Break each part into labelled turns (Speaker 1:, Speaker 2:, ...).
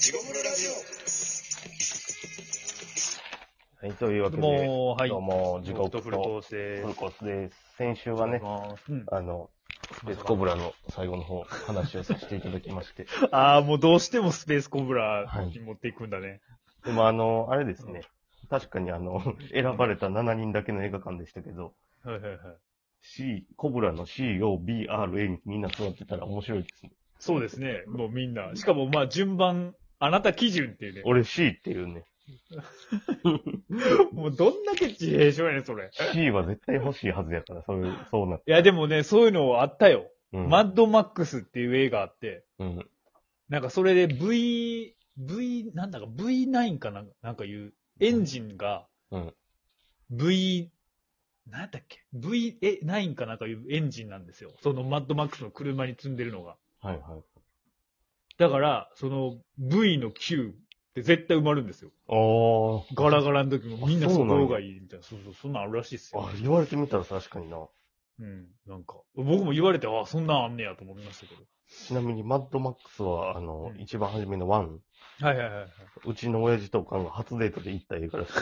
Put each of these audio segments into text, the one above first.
Speaker 1: ジゴムロラジオ。
Speaker 2: はい、というわけで、
Speaker 3: どうもはい
Speaker 2: どうも、時刻と
Speaker 3: とフ
Speaker 2: フ
Speaker 3: ル
Speaker 2: ル
Speaker 3: コ
Speaker 2: コ
Speaker 3: ースで
Speaker 2: ースです。先週はね、
Speaker 3: うん、
Speaker 2: あの、スペースコブラの最後の方、話をさせていただきまして。
Speaker 3: ああ、もうどうしてもスペースコブラに持っていくんだね。
Speaker 2: でもあの、あれですね、確かにあの、 選ばれた7人だけの映画館でしたけど、
Speaker 3: はいはいはい。
Speaker 2: C、コブラの COBRA にみんな座ってたら面白いですね。
Speaker 3: そうですね。もうみんな。しかもまあ順番、あなた基準っていうね。
Speaker 2: 俺 C っていうね、
Speaker 3: もうどんだけ自閉症やねん、それ。
Speaker 2: C は絶対欲しいはずやから、そういう、そうな。
Speaker 3: いやでもね、そういうのあったよ。
Speaker 2: うん。
Speaker 3: マッドマックスっていう映画あって、
Speaker 2: うん。
Speaker 3: なんかそれで V、V、なんだか V9 かなんかなんかいう、エンジンが
Speaker 2: うん。
Speaker 3: V、なんやったっけ ?V9 かなんかいうエンジンなんですよ。そのマッドマックスの車に積んでるのが。
Speaker 2: はいはい。
Speaker 3: だから、その V の Q って絶対埋まるんですよ。
Speaker 2: おー。
Speaker 3: ガラガラの時もみんな
Speaker 2: あそう
Speaker 3: そ
Speaker 2: なんや
Speaker 3: こがいいみたいな。そうそう、そんなんあるらしいっすよ
Speaker 2: あ。、言われてみたら確かにな。
Speaker 3: うん。なんか、僕も言われて、あ、そんなんあんねやと思いましたけど。
Speaker 2: ちなみに、マッドマックスは、あの、
Speaker 3: うん
Speaker 2: 一番初めのワン
Speaker 3: はいはいはいはい。
Speaker 2: うちの親父とおかんが初デートで行った映画です。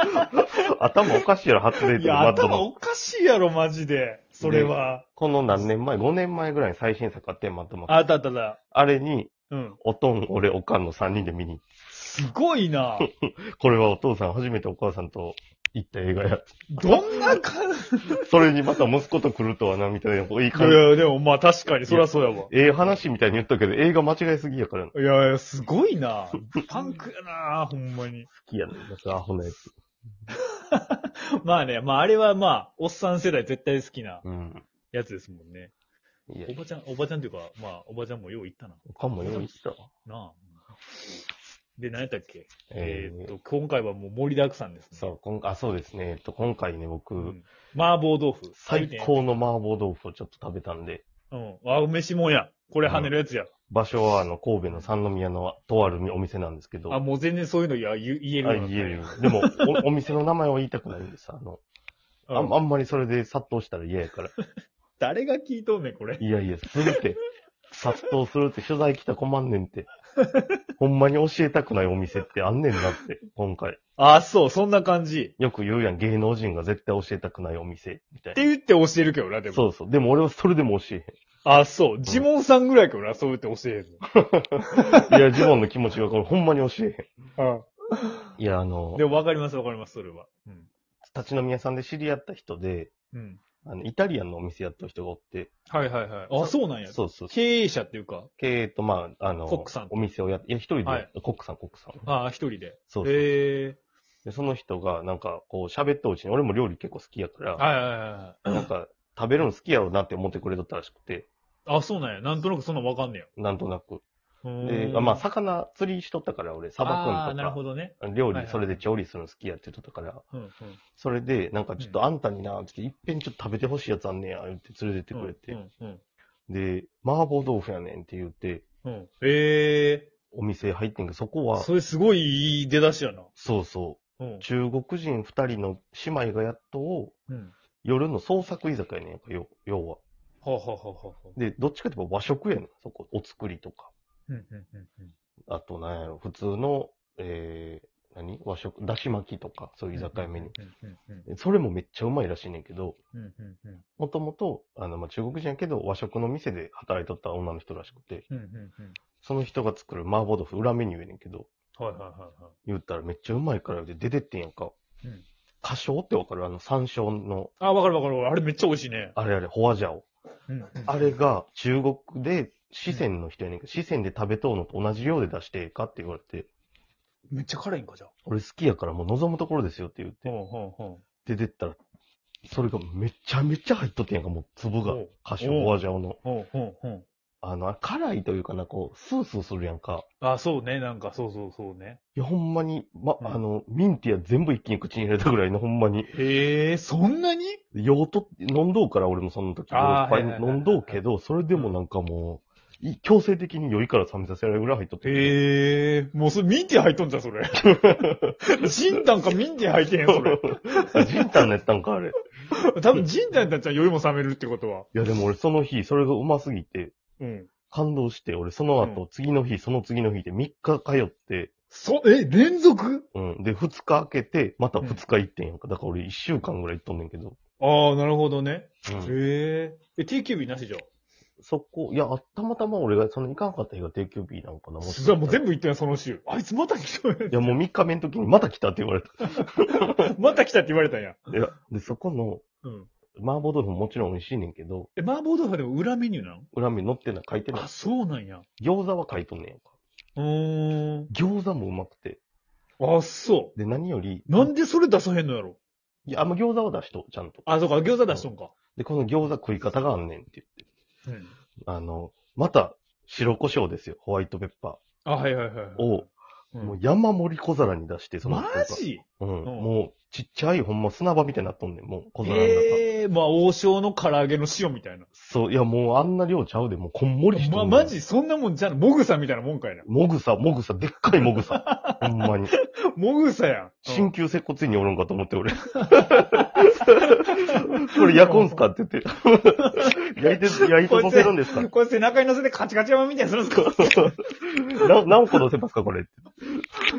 Speaker 2: 頭おかしいやろ、初デート
Speaker 3: い
Speaker 2: で
Speaker 3: や、
Speaker 2: マッドマ
Speaker 3: 頭
Speaker 2: ックス。
Speaker 3: おかしいやろ、マジで。それは。
Speaker 2: この何年前 ?5 年前ぐらいに最新作あって、マッドマックス。
Speaker 3: ああったあったあった。
Speaker 2: あれに、
Speaker 3: うん。
Speaker 2: おとん、俺、おかんの3人で見に行っ
Speaker 3: すごい な。
Speaker 2: たこれはお父さん初めてお母さんと行った映画や。
Speaker 3: どんな感じ。
Speaker 2: それにまた息子と来るとはな、みたいな、こういい
Speaker 3: いや
Speaker 2: 感
Speaker 3: い
Speaker 2: じ。
Speaker 3: や、でもまあ確かに、そりゃそうやわ。
Speaker 2: ええ話みたいに言ったけど、映画間違いすぎやからな。好
Speaker 3: いやいや、すごいな。パンクやな、ほんまに。
Speaker 2: きやねんな、そのアホなやつ。
Speaker 3: まあね、まああれはまあ、おっさん世代絶対好きな
Speaker 2: うん。
Speaker 3: やつですもんね。
Speaker 2: いや
Speaker 3: お、ばちゃん、おばちゃんというか、まあ、おばちゃんもよう行ったな。
Speaker 2: おかんも用意したわ。
Speaker 3: なあ。で、何やったっけえ
Speaker 2: え
Speaker 3: ー
Speaker 2: ー
Speaker 3: っと、今回はもう盛りだくさんです、ね。
Speaker 2: そう、今回、あ、そうですね。えっと、今回ね、僕、
Speaker 3: うん。麻婆豆腐。
Speaker 2: 最。高の麻婆豆腐をちょっと食べたんで、
Speaker 3: うん。あ、飯もんや。これ跳ねるやつや。
Speaker 2: 場所はあの、神戸の三宮のとあるお店なんですけど、
Speaker 3: あ、もう全然そういうのいや言言えるようにな
Speaker 2: あ
Speaker 3: っ
Speaker 2: 言
Speaker 3: た
Speaker 2: えるよ。でも、おお 店の名前は言いたくないんです。あの、
Speaker 3: うん
Speaker 2: あんあんまりそれで殺到したら嫌やから。
Speaker 3: 誰が聞いとんねん、これ。
Speaker 2: いやいや、するって。殺到するって取材来たら困んねん って。ほんまに教えたくないお店ってあんねんなって、今回。
Speaker 3: あ、そう、そんな感じ。
Speaker 2: よく言うやん、芸能人が絶対教えたくないお店、みたい
Speaker 3: って言って教えるけどな、
Speaker 2: な。
Speaker 3: でも。
Speaker 2: そうそう。でも俺はそれでも教え
Speaker 3: あ、そう。ジモンさんぐらいやけどな、そう言って教える
Speaker 2: へ ん。いや、ジモンの気持ちがこれほんまに教え
Speaker 3: の。
Speaker 2: へん。いや、あの
Speaker 3: うん。で、もわかります、わかります、それは。うん。
Speaker 2: 立ち飲み屋さんで知り合った人で、
Speaker 3: うん。
Speaker 2: あの、イタリアンのお店やった人がおって、
Speaker 3: はいはいはい。あ、そうなんや。
Speaker 2: そうそう。
Speaker 3: 経営者っていうか、
Speaker 2: 経営と、まあ、あの、
Speaker 3: コックさん
Speaker 2: お店をやっいや、一人で、
Speaker 3: はい
Speaker 2: コックさん、コックさん。
Speaker 3: ああ、一人で。
Speaker 2: そうそう
Speaker 3: へえ。
Speaker 2: で、その人が、なんか、こう、喋ったうちに、俺も料理結構好きやから、
Speaker 3: はいはいはいはい。
Speaker 2: なんか、食べるの好きやろうなって思ってくれとったらしくて、
Speaker 3: あ、そうなんや。なんとなくそんなんわかんね
Speaker 2: なんとなく。
Speaker 3: や。
Speaker 2: で、あまあ、魚釣りしとったから、俺、さば
Speaker 3: あー
Speaker 2: くん
Speaker 3: なるほ
Speaker 2: と
Speaker 3: どね。
Speaker 2: か、料
Speaker 3: はい
Speaker 2: 理、
Speaker 3: はい
Speaker 2: それで調理するの好きやって言っとったから、
Speaker 3: うんうん。
Speaker 2: それで、なんか、ちょっとあんたにな、ちょっといっぺんちょっと食べてほしいやつあんねや、言って連れてってくれ
Speaker 3: う
Speaker 2: て、
Speaker 3: んうん。
Speaker 2: で、麻婆豆腐やねんって言って、
Speaker 3: うん。ええ
Speaker 2: お店入ってんけど、そこは、
Speaker 3: それすごいいい出だしやな。
Speaker 2: そうそう。
Speaker 3: うん。
Speaker 2: 中国人二人の姉妹がやっとを、
Speaker 3: うん。
Speaker 2: 夜の創作居酒屋ねんやんか、要要は。
Speaker 3: はあ、はあはあはあ、
Speaker 2: で、どっちかっていうと和食やねん、そこ。お作りとか。
Speaker 3: うんうんうんうん。
Speaker 2: あと、なんやろ、普通の、えー、何和食、だし巻きとか、そういう居酒屋メニュ
Speaker 3: うんうんうん
Speaker 2: ー。それもめっちゃうまいらしいねんけど、
Speaker 3: うんうんうん
Speaker 2: もともと、あの、まあ、中国人やけど、和食の店で働いとった女の人らしくて、
Speaker 3: うんうんうん。
Speaker 2: その人が作る麻婆豆腐、裏メニューやねんけど、
Speaker 3: はいはいはいはい。
Speaker 2: 言ったらめっちゃうまいからで出てってんやんか。
Speaker 3: うん
Speaker 2: 花椒ってわかるあの、山椒の、
Speaker 3: あ、わかるわかるわかる。あれめっちゃ美味しいね。
Speaker 2: あれあれ、ホワジャオ。
Speaker 3: うんうん
Speaker 2: あれが中国で四川の人やねんけど、四川で食べとうのと同じ量で出してええかって言われて、
Speaker 3: めっちゃ辛いんか、じゃあ。
Speaker 2: 俺好きやからもう望むところですよって言っ
Speaker 3: う
Speaker 2: て、
Speaker 3: んうんうん。
Speaker 2: 出てったら、それがめちゃめちゃ入っとってんやんか、もう粒が
Speaker 3: おう。
Speaker 2: カシオホアジャオの。
Speaker 3: うんうんうん。
Speaker 2: あの、辛いというかな、こう、スースーするやんか。
Speaker 3: あ、そうね。なんか、そうそうそうね。
Speaker 2: いや、ほんまに、ま、
Speaker 3: うん
Speaker 2: あの、ミンティア全部一気に口に入れたぐらいの、ほんまに。
Speaker 3: へえ、そんなに
Speaker 2: 用途、飲んどうから、俺もその時。いっ
Speaker 3: あー
Speaker 2: ぱい
Speaker 3: はいはいはいはい
Speaker 2: 飲んどうけど、それでもなんかもう、い強制的に酔いから冷めさせられるぐらい入っとって。
Speaker 3: へえ、もうそれミンティア入っとんじゃん、そ れ。ジンタンかミンティア入ってへん、それ。
Speaker 2: じんたんのやったんか、あれ。
Speaker 3: 多分ジンタンだったら酔いも冷めるってことは。
Speaker 2: いや、でも俺その日、それがうますぎて、
Speaker 3: うん。
Speaker 2: 感動して、俺その後、
Speaker 3: う
Speaker 2: 次の日、その次の日で3日通って、
Speaker 3: そ、え、連続
Speaker 2: うん。で、2日開けて、また2日行ってんやんか。だから俺1週間ぐらい行っとんねんけど。
Speaker 3: ああ、なるほどね。
Speaker 2: うん。
Speaker 3: へえ。え、定休日なしじゃん。
Speaker 2: そこ、いや、あたまたま俺がその行かんかった日が定休日なんかな。
Speaker 3: そしたらもう全
Speaker 2: 部。
Speaker 3: 部言ったよ、その週。あいつまた来たよ
Speaker 2: いや、もう3日目の時にまた来たって言われた。
Speaker 3: また来たって言われたんや。
Speaker 2: いや、で、そこの、
Speaker 3: うん。
Speaker 2: 麻婆豆腐ももちろん美味しいねんけど、
Speaker 3: え、麻婆豆腐はでも裏メニューなの
Speaker 2: 裏面載ってない、書いてない
Speaker 3: あ、。そうなんや。
Speaker 2: 餃子は書いとんねんやんか。
Speaker 3: うーん。
Speaker 2: 餃子もうまくて。
Speaker 3: あ、そ
Speaker 2: で、何より、
Speaker 3: う。なんでそれ出さへんのやろ
Speaker 2: いや、あんま餃子は出しと、ちゃんと。
Speaker 3: あ、そうか、餃子出しとんか。
Speaker 2: で、この餃子食い方があんねんって言って。
Speaker 3: うん。
Speaker 2: あの、また、白胡椒ですよ、ホワイトペッパ
Speaker 3: あ、はいはいはいはい。
Speaker 2: ーを、
Speaker 3: うん
Speaker 2: もう山盛り小皿に出して、その
Speaker 3: マ
Speaker 2: 人が
Speaker 3: ジ
Speaker 2: うん。
Speaker 3: ん
Speaker 2: もう、ちっちゃい、ほんま砂場みたいになっとんねん、もう、小皿の中。
Speaker 3: ええー、まあ、王将の唐揚げの塩みたいな。
Speaker 2: そう、いや、もうあんな量ちゃうで、もうこんもりし
Speaker 3: ま
Speaker 2: と
Speaker 3: あ、
Speaker 2: んねん
Speaker 3: マジそんなもんじゃん。もぐさみたいなもんかいな。
Speaker 2: もぐさ、もぐさ、でっかいもぐ さ。ほんまに。
Speaker 3: もぐさやん。
Speaker 2: 新旧接骨院におるんかと思って、 俺。これ焼くんすかって言 って。焼いて、焼いて乗せるんですか
Speaker 3: うんこうやって背中に乗せてカチカチ山みたいにするんすか
Speaker 2: な何個乗せますか、これって。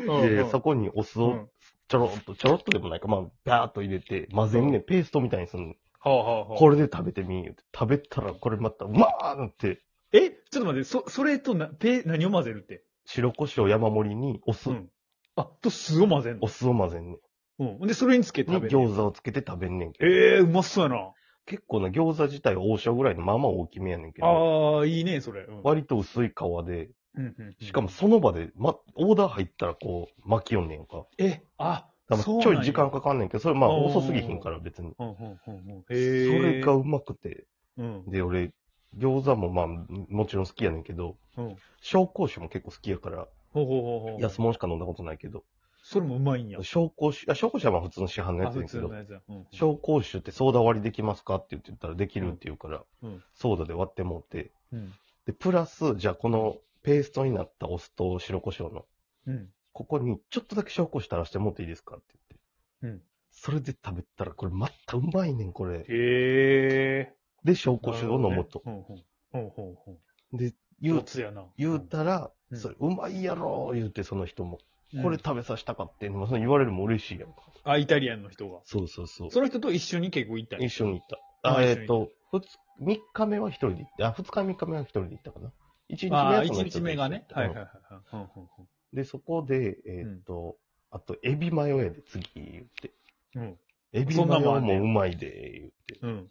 Speaker 3: うん
Speaker 2: で、
Speaker 3: うん
Speaker 2: そこにお酢
Speaker 3: うん
Speaker 2: をちょろっと、ちょろっとでもないか、まあ、ガーッと入れて、混ぜんね、ペーストみたいにすんの。
Speaker 3: はあはあはあ。
Speaker 2: これで食べてみん言うて食べたら、これまた、うまーって、
Speaker 3: え、ちょっと待って、そ、それとな、ペ、何を混ぜるって。
Speaker 2: 白胡椒山盛りにお酢、
Speaker 3: ん。あ、と酢を混ぜん
Speaker 2: お
Speaker 3: の。
Speaker 2: 酢を混ぜんね。
Speaker 3: うん。で、それにつけて
Speaker 2: に
Speaker 3: 食べる。
Speaker 2: 餃子をつけて食べんねんけど。
Speaker 3: ええー、うまそうやな。
Speaker 2: 結構な餃子自体は王将ぐらいのまあまあ大きめやねんけど、
Speaker 3: ああ、いいね、それ。うん。
Speaker 2: 割と薄い皮で、
Speaker 3: うんうんうん
Speaker 2: しかも、その場で、ま、オーダー入ったらこう、巻きよんねんか。
Speaker 3: え、あ、
Speaker 2: だから
Speaker 3: そう
Speaker 2: ち
Speaker 3: な
Speaker 2: ょ
Speaker 3: んや
Speaker 2: い時間かかんねんけど、それまあ
Speaker 3: おー
Speaker 2: 遅すぎひんから別に。
Speaker 3: うんうんうんうん。
Speaker 2: それ
Speaker 3: え
Speaker 2: がうまくて。
Speaker 3: うん。
Speaker 2: で、俺、餃子もまあ、もちろん好きやねんけど、
Speaker 3: うん。
Speaker 2: 紹興酒も結構好きやから、
Speaker 3: ほうほうほうほう。
Speaker 2: 安物しか飲んだことないけど、
Speaker 3: それもうまいんや。
Speaker 2: 紹興酒、あ紹興酒はまあ普通の市販のや
Speaker 3: あ、
Speaker 2: つやねん
Speaker 3: 普
Speaker 2: け
Speaker 3: 通
Speaker 2: ど
Speaker 3: の、やつや。うん。
Speaker 2: 紹興酒ってソーダ割りできますかって言ってたらできるって言うから、
Speaker 3: うんうん
Speaker 2: ソーダで割ってもうて、
Speaker 3: うん。
Speaker 2: で、プラス、じゃあこのペーストになったお酢と白胡椒の、
Speaker 3: うん。
Speaker 2: ここにちょっとだけ紹興酒垂らしてもっていいですかって言って。
Speaker 3: うん。
Speaker 2: それで食べたら、これまたうまいねん、これ。
Speaker 3: へえ。
Speaker 2: で、紹興酒を飲むと。
Speaker 3: なるほどね。うんうん。ほうほうほう。
Speaker 2: 言う、
Speaker 3: つやな。
Speaker 2: 言うたら、
Speaker 3: うん
Speaker 2: それうまいやろ、言うて、その人も。
Speaker 3: うん、
Speaker 2: これ食べさせたかって、まあその言われるのも嬉しいやんか。
Speaker 3: あ、イタリアンの人が。
Speaker 2: そうそうそう。
Speaker 3: その人と一緒に結構行ったんや
Speaker 2: 一緒に行った。
Speaker 3: あ
Speaker 2: あ、えっ、
Speaker 3: 一緒
Speaker 2: と、二日、三日目は一人で行って、あ、二日三日目は一人で行ったかな。一日目
Speaker 3: あ
Speaker 2: は
Speaker 3: あ、
Speaker 2: そ
Speaker 3: 一
Speaker 2: の人
Speaker 3: 日
Speaker 2: と
Speaker 3: 目がね。
Speaker 2: 行った
Speaker 3: はいはいはいはい。うんうんうん
Speaker 2: で、そこで、えっ、と、あと、エビマヨやで、次、言って。
Speaker 3: うん。
Speaker 2: エビ
Speaker 3: そんな
Speaker 2: マ
Speaker 3: もんあ
Speaker 2: ヨ
Speaker 3: んね
Speaker 2: も
Speaker 3: や
Speaker 2: うまいで、言って。
Speaker 3: うん。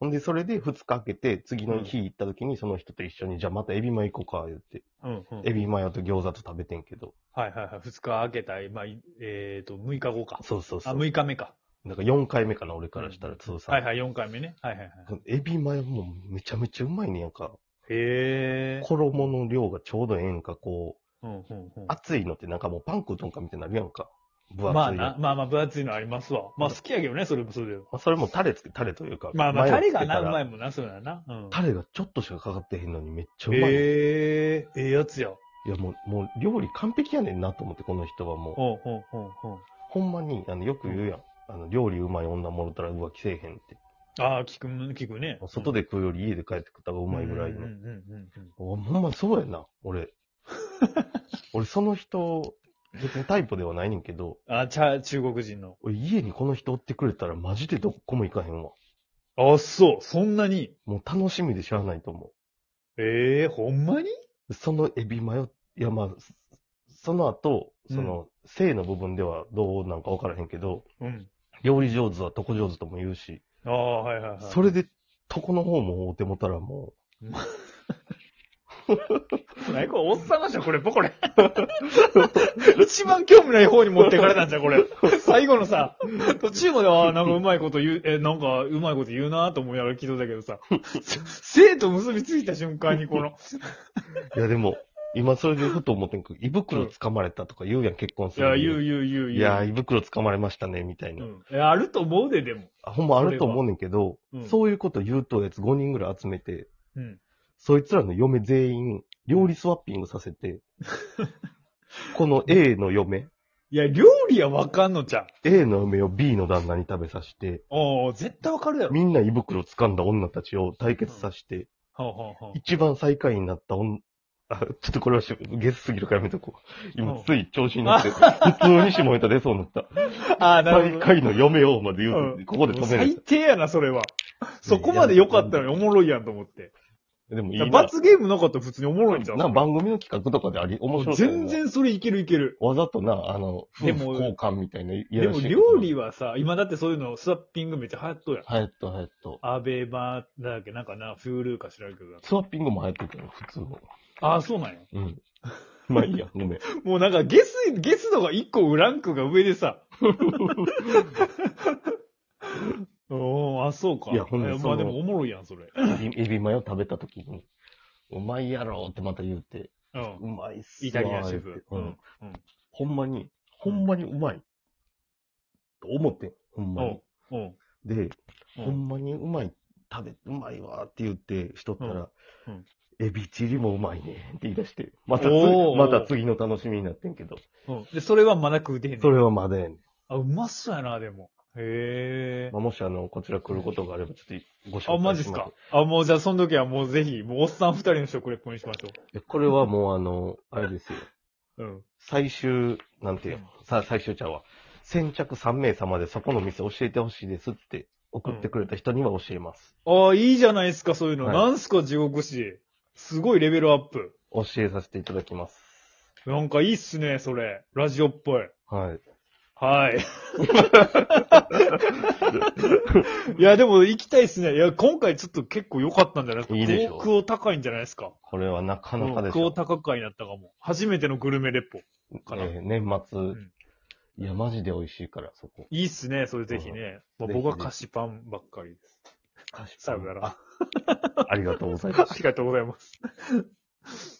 Speaker 2: ほんで、それで2日空けて、次の日行った時にその人と一緒に、じゃあまたエビマヨ行こうか、言って。
Speaker 3: うんうん。
Speaker 2: エビマヨと餃子と食べてんけど。
Speaker 3: はいはいはい。二日明けた、まあ、いえっ、と、6日後か。
Speaker 2: そうそうそ
Speaker 3: あ、
Speaker 2: う。
Speaker 3: 6日目か。
Speaker 2: なんか4回目かな、俺からしたら。そうさ。
Speaker 3: はいはい、4回目ね。はいはいはい。
Speaker 2: エビマヨもめちゃめちゃうまいねんやんか。
Speaker 3: へえ。
Speaker 2: 衣の量がちょうどええんか、こう、
Speaker 3: うんうんうん。
Speaker 2: 熱いのってなんかもうパン食うとんかみたいになるやんか。分厚い
Speaker 3: まあ
Speaker 2: やん
Speaker 3: な、まあまあ、分厚いのありますわ。まあ、好きやけどね、それもそれで。
Speaker 2: まあそれもタレつけ、タレというか。
Speaker 3: まあまあ、
Speaker 2: マヨ
Speaker 3: タ
Speaker 2: つけ
Speaker 3: レ
Speaker 2: た
Speaker 3: が
Speaker 2: ら
Speaker 3: な、うまいもんな、そうだな。うん。
Speaker 2: タレがちょっとしかかかってへんのにめっちゃうまいねん。
Speaker 3: へえ、ええやつや。
Speaker 2: いやもう、もう料理完璧やねんなと思って、この人はもう。
Speaker 3: ほうほうほうほう。
Speaker 2: ほんまに、あの、よく言うやん。あの、料理うまい女もろたら浮気せえへんって。
Speaker 3: ああ、聞く、聞くね。
Speaker 2: 外
Speaker 3: で
Speaker 2: で食うより家で帰って食った方がうまいぐらい
Speaker 3: うんう
Speaker 2: の。
Speaker 3: んうんうん。
Speaker 2: おほんまそうやな、俺。 俺、その人、別にタイプではないねんけど、
Speaker 3: あ、ちゃ、中国人の。
Speaker 2: 俺家にこの人おってくれたらマジでどこも行かへんわ。
Speaker 3: あ、そう、そんなに。
Speaker 2: もう楽しみでしゃあないと思
Speaker 3: ええほんまに
Speaker 2: う。そのエビマヨ、いやまあ、その後、その、性の部分ではどうなんかわからへんけど、
Speaker 3: うん。
Speaker 2: 料理上手は床上手とも言うし、
Speaker 3: ああ、はいはいはい。
Speaker 2: それで床の方もおうてもたらもう、
Speaker 3: 何これ、おっさんの人これ、これ。 一番興味ない方に持ってかれたんじゃん、これ。最後のさ、途中までは、あーなんかうまいこと言う、え、なんかうまいこと言うなと思いながら聞いとったけどさ、生と結びついた瞬間にこの、
Speaker 2: いや、でも、今それでふと思ってんけど、胃袋掴まれたとか言うやん、結婚す
Speaker 3: い
Speaker 2: る
Speaker 3: や、
Speaker 2: のに。
Speaker 3: 言う言う言う言う。
Speaker 2: いや、胃袋掴まれましたね、みたいな。
Speaker 3: うんいやあると思うで、でも。
Speaker 2: あほんまあると思うねんけど、
Speaker 3: うん
Speaker 2: そういうこと言うとやつ5人ぐらい集めて、
Speaker 3: うん。
Speaker 2: そいつらの嫁全員、料理スワッピングさせ て、この A の嫁、
Speaker 3: いや、料理はわかんのじゃん。
Speaker 2: A の嫁を B の旦那に食べさせて、
Speaker 3: おー絶対わかるやろ。
Speaker 2: みんな胃袋掴んだ女たちを対決させて、
Speaker 3: ははあ、はあは
Speaker 2: 一番最下位になった女、 あ、ちょっとこれはしゲスすぎるからやめとこう。今
Speaker 3: うん
Speaker 2: つい調子に乗ってる、普通に下ネタ出そうになった。
Speaker 3: あ、ああ、なる
Speaker 2: 最
Speaker 3: ほど。
Speaker 2: 下位の嫁をまで言うと、
Speaker 3: うん
Speaker 2: ここで
Speaker 3: も
Speaker 2: 止
Speaker 3: う
Speaker 2: め
Speaker 3: 最
Speaker 2: る。
Speaker 3: 低やな、それは。そこまで良かったのにおもろいやんと思って。
Speaker 2: でもいいな。
Speaker 3: 罰ゲームなかったら普通におもろいんじゃん。
Speaker 2: な番組の企画とかであり、面白い。
Speaker 3: 全。然それいけるいける。
Speaker 2: わざとな、あの、夫婦
Speaker 3: でも
Speaker 2: 交換みたいな。
Speaker 3: でも料理
Speaker 2: は。
Speaker 3: はさ、今だってそういうの、スワッピングめっちゃ流行っとるやん。
Speaker 2: はやっとはやっと。
Speaker 3: アベマだっけ、なんかな、フールーか知らんけど。
Speaker 2: スワッピングも流行ってたよ、普通の。
Speaker 3: ああ、そうなんや。
Speaker 2: うん。まあいいや、ごめん。
Speaker 3: もうなんかゲス、ゲスのが一個ランクが上 でさ。おーあ、そうか。
Speaker 2: いやほんで
Speaker 3: え
Speaker 2: そ
Speaker 3: ま
Speaker 2: の
Speaker 3: あでもおもろいやん、それ。
Speaker 2: エビエビマヨ食べた時に、うまいやろってまた言うて、
Speaker 3: うん。
Speaker 2: うまいっすわー
Speaker 3: イタリアンシェ
Speaker 2: ってう
Speaker 3: フ。うんん。。
Speaker 2: ほんまに、ほんまにうまい。と思ってん、ほんまに。
Speaker 3: うん。
Speaker 2: で、
Speaker 3: う
Speaker 2: ほ
Speaker 3: ん。
Speaker 2: んまにうまい、食べ、うまいわーって言ってしとったら、
Speaker 3: うんうん
Speaker 2: エビチリもうまいねって言い出して、またつ
Speaker 3: おー
Speaker 2: また次の楽しみになってんけど、
Speaker 3: うん。で、それはまだ食うてへんねん
Speaker 2: それはまだやねん。
Speaker 3: あ、うまそうやな、でも。へえ。
Speaker 2: まあ、もしあの、こちら来ることがあれば、ちょっとご紹介します。
Speaker 3: あ、マジっすか。あ、もうじゃあその時はもうぜひ、もうおっさん二人の食レポにしましょ
Speaker 2: いやこれはもうあの、あれですよ。
Speaker 3: う。うん。
Speaker 2: 最終、なんていうのさ、最終ちゃうわ。先着3名様でそこの店教えてほしいですって送ってくれた人には教えます。
Speaker 3: ああ、いいじゃないですか、そういうの。
Speaker 2: はい
Speaker 3: なんすか、地獄師。すごいレベルアップ。
Speaker 2: 教えさせていただきます。
Speaker 3: なんかいいっすね、それ。ラジオっぽい。
Speaker 2: はい。
Speaker 3: はい。いや、でも行きたいっすね。いや、今回ちょっと結構良かったんじゃないですか。
Speaker 2: いいでしょう
Speaker 3: 航空を高いんじゃないですか。
Speaker 2: これはなかなか
Speaker 3: 航
Speaker 2: でし
Speaker 3: 空を
Speaker 2: ょ。
Speaker 3: 高会になったかも。初めてのグルメレポ。かな
Speaker 2: えー年末、
Speaker 3: ん
Speaker 2: いや、マジで美味しいから、そこ。
Speaker 3: いいっすね、それぜひね。
Speaker 2: うん
Speaker 3: まあ、僕は菓子パンばっかりです。さよなら。
Speaker 2: あ。ありがとうございます
Speaker 3: あ。りがとうございます。